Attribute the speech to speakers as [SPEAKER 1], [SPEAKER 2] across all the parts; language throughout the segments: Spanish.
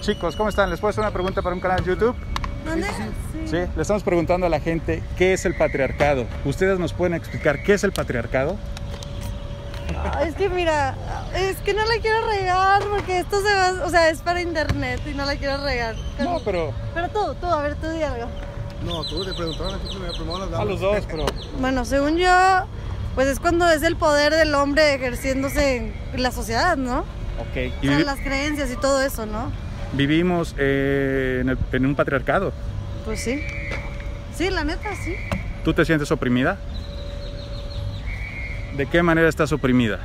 [SPEAKER 1] Chicos, ¿cómo están? ¿Les puedo hacer una pregunta para un canal de YouTube? Sí, le estamos preguntando a la gente qué es el patriarcado. ¿Ustedes nos pueden explicar qué es el patriarcado?
[SPEAKER 2] Ah, Es que mira, es que no la quiero regar porque esto se va, o sea, es para internet y no la quiero regar.
[SPEAKER 1] No, pero
[SPEAKER 2] Pero tú, tú, a ver, tú di algo.
[SPEAKER 3] No, tú te preguntaron a ti primero, primero las
[SPEAKER 1] a los dos, pero
[SPEAKER 2] Bueno, según yo, pues es cuando es el poder del hombre ejerciéndose en la sociedad, ¿no?
[SPEAKER 1] ok.
[SPEAKER 2] O
[SPEAKER 1] Y
[SPEAKER 2] sea,
[SPEAKER 1] vivi-
[SPEAKER 2] las creencias y todo eso, ¿no?
[SPEAKER 1] vivimos eh, en, el- en un patriarcado.
[SPEAKER 2] Pues sí. Sí, la neta, sí.
[SPEAKER 1] ¿Tú te sientes oprimida? ¿De qué manera estás oprimida?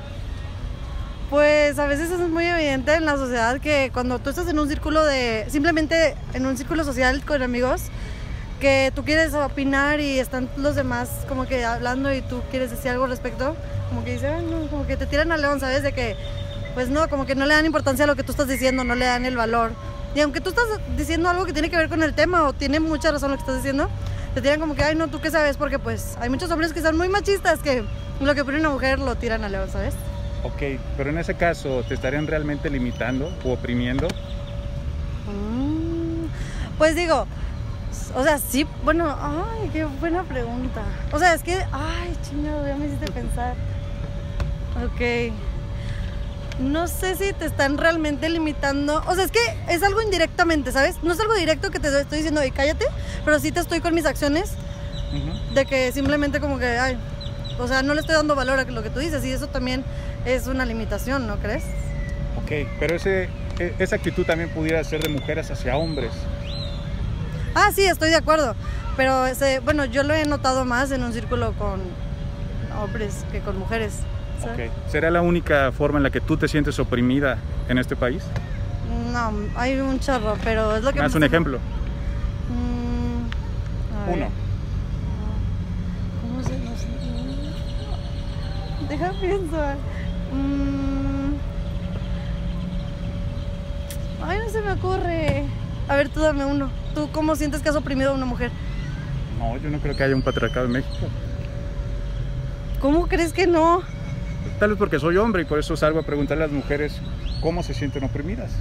[SPEAKER 2] Pues a veces es muy evidente en la sociedad que cuando tú estás en un círculo de, simplemente en un círculo social con amigos, que tú quieres opinar y están los demás como que hablando y tú quieres decir algo al respecto, como que dicen, "Ay, no", como que te tiran al león, ¿sabes? De que, pues no, como que no le dan importancia a lo que tú estás diciendo, no le dan el valor. Y aunque tú estás diciendo algo que tiene que ver con el tema o tiene mucha razón lo que estás diciendo, te tiran como que, ay, no, tú qué sabes, porque pues hay muchos hombres que son muy machistas que lo que opina una mujer lo tiran al león, ¿sabes?
[SPEAKER 1] Ok, pero en ese caso, ¿te estarían realmente limitando o oprimiendo?
[SPEAKER 2] Mm, Pues digo, s- o sea, sí, bueno, ay, qué buena pregunta. O sea, es que, ay, chingado, ya me hiciste pensar. Ok. No sé si te están realmente limitando. O sea, es que es algo indirectamente, ¿sabes? No es algo directo que te estoy diciendo, y cállate, pero sí te estoy con mis acciones
[SPEAKER 1] Ujú.
[SPEAKER 2] de que simplemente como que, ay, o sea, no le estoy dando valor a lo que tú dices, y eso también es una limitación, ¿no crees?
[SPEAKER 1] Ok, pero ese, e- esa actitud también pudiera ser de mujeres hacia hombres.
[SPEAKER 2] Ah, sí, estoy de acuerdo. Pero ese, bueno, yo lo he notado más en un círculo con hombres que con mujeres. ¿sabes?
[SPEAKER 1] Ok. ¿Será la única forma en la que tú te sientes oprimida en este país?
[SPEAKER 2] No, hay un chorro, pero es lo que...
[SPEAKER 1] ¿Me das
[SPEAKER 2] más-
[SPEAKER 1] un ejemplo?
[SPEAKER 2] Mm, a ver. Ah,
[SPEAKER 1] Uno.
[SPEAKER 2] ¿Cómo se no sé. Mm. Deja pienso. Mm. Ay, no se me ocurre. A ver, tú dame uno. ¿Tú cómo sientes que has oprimido a una mujer?
[SPEAKER 1] No, yo no creo que haya un patriarcado en México.
[SPEAKER 2] ¿Cómo crees que no?
[SPEAKER 1] Tal vez porque soy hombre y por eso salgo a preguntarle a las mujeres cómo se sienten oprimidas.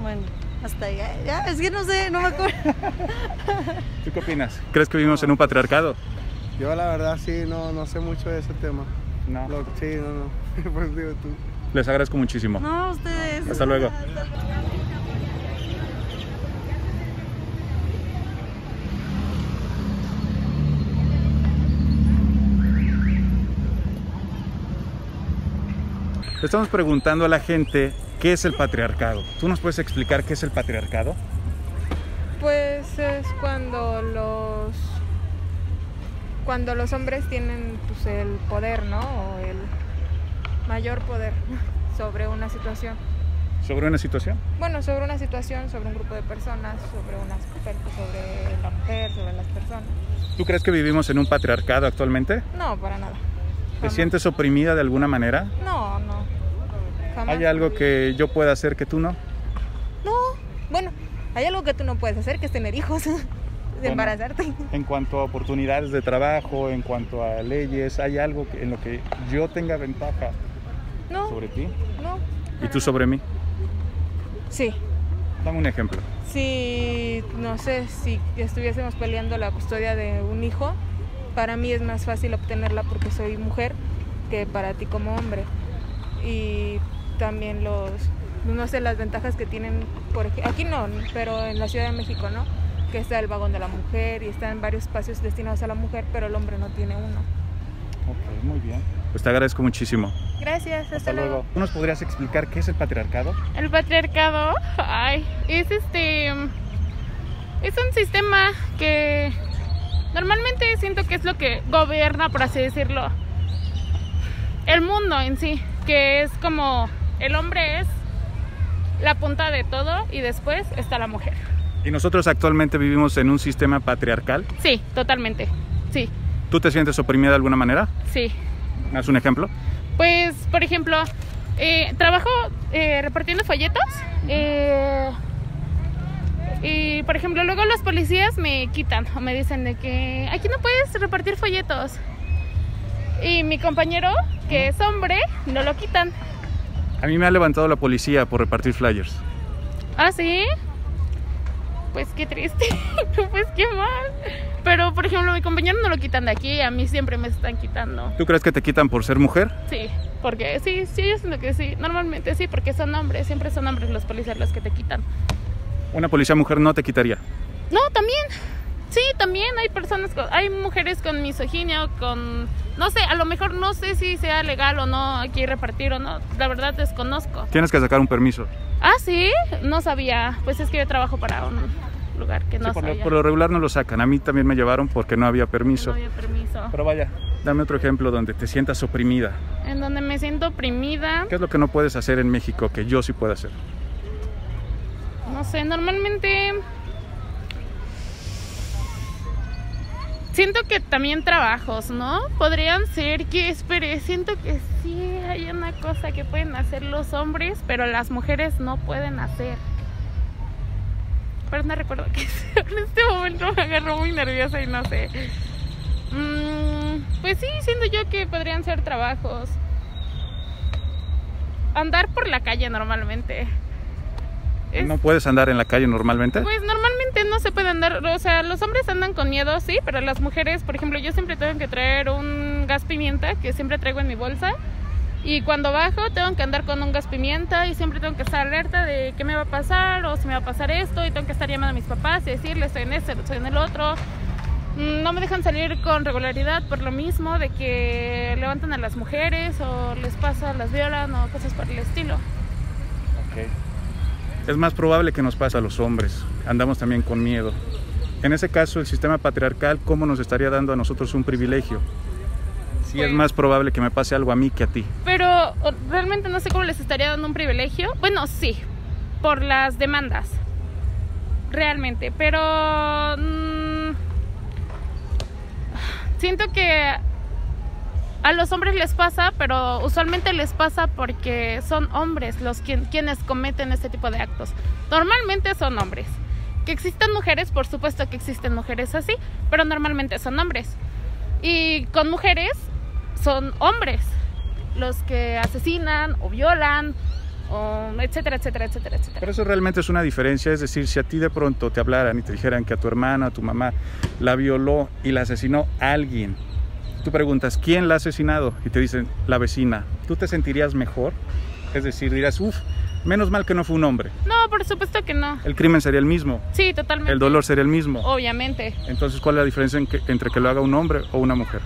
[SPEAKER 2] Bueno, hasta ahí. Ya, ya, es que no sé, no me acuerdo.
[SPEAKER 1] ¿Tú qué opinas? ¿Crees que vivimos en un patriarcado?
[SPEAKER 3] Yo la verdad sí, no, no sé mucho de ese tema.
[SPEAKER 1] No.
[SPEAKER 3] Lo- sí, no, no. pues digo tú.
[SPEAKER 1] Les agradezco muchísimo.
[SPEAKER 2] No, ustedes.
[SPEAKER 1] Hasta luego. Le estamos preguntando a la gente qué es el patriarcado. ¿Tú nos puedes explicar qué es el patriarcado?
[SPEAKER 4] Pues es cuando los cuando los hombres tienen pues el poder, ¿no? O el mayor poder sobre una situación.
[SPEAKER 1] ¿Sobre una situación?
[SPEAKER 4] Bueno, sobre una situación, sobre un grupo de personas, sobre unas sobre la mujer, sobre las personas.
[SPEAKER 1] ¿Tú crees que vivimos en un patriarcado actualmente?
[SPEAKER 4] No, para nada.
[SPEAKER 1] ¿Te
[SPEAKER 4] Jamás.
[SPEAKER 1] sientes oprimida de alguna manera?
[SPEAKER 4] No, no. Jamás.
[SPEAKER 1] ¿Hay algo que yo pueda hacer que tú no?
[SPEAKER 4] No. Bueno, hay algo que tú no puedes hacer, que es tener hijos, de embarazarte.
[SPEAKER 1] En cuanto a oportunidades de trabajo, en cuanto a leyes, ¿hay algo que- en lo que yo tenga ventaja
[SPEAKER 4] No,
[SPEAKER 1] sobre ti?
[SPEAKER 4] no.
[SPEAKER 1] ¿Y tú sobre mí?
[SPEAKER 4] Sí.
[SPEAKER 1] Dame un ejemplo.
[SPEAKER 4] si no sé si estuviésemos peleando la custodia de un hijo para mí es más fácil obtenerla porque soy mujer que para ti como hombre y también los no sé las ventajas que tienen por ej- aquí no pero en la Ciudad de México no que está el vagón de la mujer y están varios espacios destinados a la mujer pero el hombre no tiene uno
[SPEAKER 1] Ok, muy bien. Pues te agradezco muchísimo.
[SPEAKER 4] gracias hasta, luego.
[SPEAKER 1] ¿Tú nos podrías explicar qué es el patriarcado?
[SPEAKER 5] El patriarcado, ay, es este. Es un sistema que normalmente siento que es lo que gobierna, por así decirlo, el mundo en sí. Que es como el hombre es la punta de todo y después está la mujer.
[SPEAKER 1] Y nosotros actualmente vivimos en un sistema patriarcal.
[SPEAKER 5] Sí, totalmente. Sí,
[SPEAKER 1] ¿Tú te sientes oprimida de alguna manera?
[SPEAKER 5] sí.
[SPEAKER 1] ¿Haz un ejemplo?
[SPEAKER 5] Pues, por ejemplo, eh, trabajo eh, repartiendo folletos. eh, y, por ejemplo, luego los policías me quitan o me dicen de que aquí no puedes repartir folletos. Y mi compañero, que es hombre, no lo quitan.
[SPEAKER 1] A mí me ha levantado la policía por repartir flyers.
[SPEAKER 5] ¿Ah, sí? Pues qué triste, pues qué mal. Pero, por ejemplo, a mi compañero no lo quitan de aquí, a mí siempre me están quitando.
[SPEAKER 1] ¿Tú crees que te quitan por ser mujer?
[SPEAKER 5] Sí, porque sí, sí, yo siento que sí. Normalmente sí, porque son hombres, siempre son hombres los policías los que te quitan.
[SPEAKER 1] Una policía mujer no te quitaría.
[SPEAKER 5] No, también. Sí, también hay personas, con- hay mujeres con misoginia o con... No sé, a lo mejor no sé si sea legal o no aquí repartir o no. La verdad desconozco.
[SPEAKER 1] Tienes que sacar un permiso.
[SPEAKER 5] Ah, sí, no sabía. Pues es que yo trabajo para un lugar que no
[SPEAKER 1] Sí, por, lo,
[SPEAKER 5] sabía.
[SPEAKER 1] por lo regular no lo sacan. A mí también me llevaron porque no había
[SPEAKER 5] que no
[SPEAKER 1] permiso.
[SPEAKER 5] había permiso.
[SPEAKER 1] Pero vaya, dame otro ejemplo donde te sientas oprimida.
[SPEAKER 5] En donde me siento oprimida.
[SPEAKER 1] ¿Qué es lo que no puedes hacer en México que yo sí puedo hacer?
[SPEAKER 5] No sé, normalmente... Siento que también trabajos, ¿no? Podrían ser que, espere, siento que sí hay una cosa que pueden hacer los hombres, pero las mujeres no pueden hacer. Pero no recuerdo qué es. En este momento me agarró muy nerviosa y no sé. Mm, pues sí, siento yo que podrían ser trabajos. Andar por la calle normalmente. Es-
[SPEAKER 1] ¿No puedes andar en la calle normalmente?
[SPEAKER 5] pues normalmente no se puede andar, o sea, los hombres andan con miedo, sí, pero las mujeres, por ejemplo, yo siempre tengo que traer un gas pimienta que siempre traigo en mi bolsa y cuando bajo tengo que andar con un gas pimienta y siempre tengo que estar alerta de qué me va a pasar o si me va a pasar esto y tengo que estar llamando a mis papás y decirles estoy en este, estoy en el otro. Mm, No me dejan salir con regularidad por lo mismo de que levantan a las mujeres o les pasa, las violan o cosas por el estilo.
[SPEAKER 1] Es más probable que nos pase a los hombres. Andamos también con miedo. En ese caso, el sistema patriarcal, ¿cómo nos estaría dando a nosotros un privilegio? Si es
[SPEAKER 5] Pues-
[SPEAKER 1] más probable que me pase algo a mí que a ti.
[SPEAKER 5] Pero o- realmente no sé cómo les estaría dando un privilegio. Bueno, sí, por las demandas. Realmente, pero... mm, siento que a los hombres les pasa, pero usualmente les pasa porque son hombres los quien- quienes cometen este tipo de actos. Normalmente son hombres. Que existen mujeres, por supuesto que existen mujeres así, pero normalmente son hombres. Y con mujeres son hombres los que asesinan o violan, o etcétera, etcétera, etcétera, etcétera.
[SPEAKER 1] Pero eso realmente es una diferencia, es decir, si a ti de pronto te hablaran y te dijeran que a tu hermana, a tu mamá, la violó y la asesinó alguien, tú preguntas, ¿quién la ha asesinado? Y te dicen, la vecina, ¿tú te sentirías mejor? Es decir, dirás, uff, menos mal que no fue un hombre,
[SPEAKER 5] No, por supuesto que no.
[SPEAKER 1] el crimen sería el mismo,
[SPEAKER 5] Sí, totalmente.
[SPEAKER 1] el dolor sería el mismo.
[SPEAKER 5] Obviamente.
[SPEAKER 1] Entonces, ¿cuál es la diferencia en que- entre que lo haga un hombre o una mujer?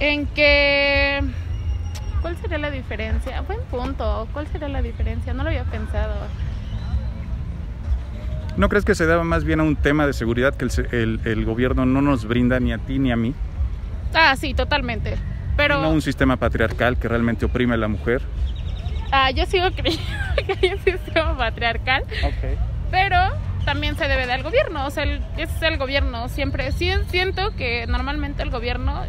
[SPEAKER 5] En que... ¿Cuál sería la diferencia? Buen punto. ¿Cuál sería la diferencia? No lo había pensado.
[SPEAKER 1] ¿No crees que se daba más bien a un tema de seguridad que el, se- el- el gobierno no nos brinda ni a ti ni a mí?
[SPEAKER 5] Ah, sí, totalmente. Pero...
[SPEAKER 1] No un sistema patriarcal que realmente oprime a la mujer.
[SPEAKER 5] Ah, yo sigo creyendo que hay un sistema patriarcal. Pero también se debe del gobierno. O sea, el- es el gobierno siempre. Sí, siento que normalmente el gobierno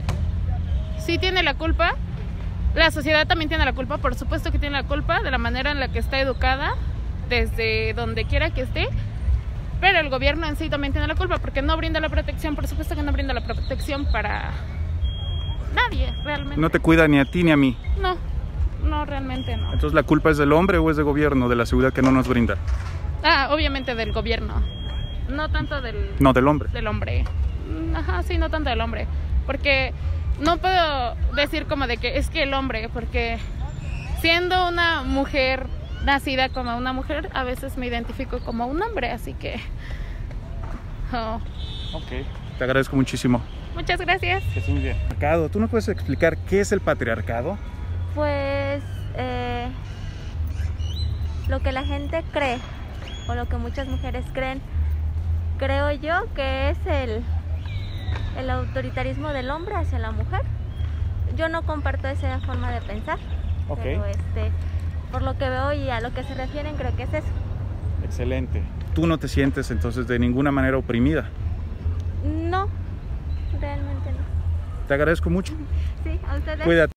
[SPEAKER 5] sí tiene la culpa. La sociedad también tiene la culpa, por supuesto que tiene la culpa de la manera en la que está educada, desde donde quiera que esté. Pero el gobierno en sí también tiene la culpa porque no brinda la protección, por supuesto que no brinda la protección para nadie realmente.
[SPEAKER 1] No te cuida ni a ti ni a mí.
[SPEAKER 5] no, no realmente no.
[SPEAKER 1] Entonces la culpa es del hombre o es del gobierno, de la seguridad que no nos brinda.
[SPEAKER 5] Ah, obviamente del gobierno. No tanto del,
[SPEAKER 1] No, del hombre.
[SPEAKER 5] del hombre. Mm, Ajá, sí, no tanto del hombre. Porque no puedo decir como de que es que el hombre, porque siendo una mujer nacida como una mujer, a veces me identifico como un hombre, así que... oh,
[SPEAKER 1] Te agradezco muchísimo.
[SPEAKER 5] muchas gracias.
[SPEAKER 1] Patriarcado, ¿tú no puedes explicar qué es el patriarcado?
[SPEAKER 6] Pues eh, lo que la gente cree o lo que muchas mujeres creen, creo yo que es el, el autoritarismo del hombre hacia la mujer. Yo no comparto esa forma de pensar, pero este, por lo que veo y a lo que se refieren creo que es eso.
[SPEAKER 1] Excelente. Tú no te sientes entonces de ninguna manera oprimida.
[SPEAKER 6] No, realmente no.
[SPEAKER 1] Te agradezco mucho.
[SPEAKER 6] Sí, a ustedes.
[SPEAKER 1] Cuídate.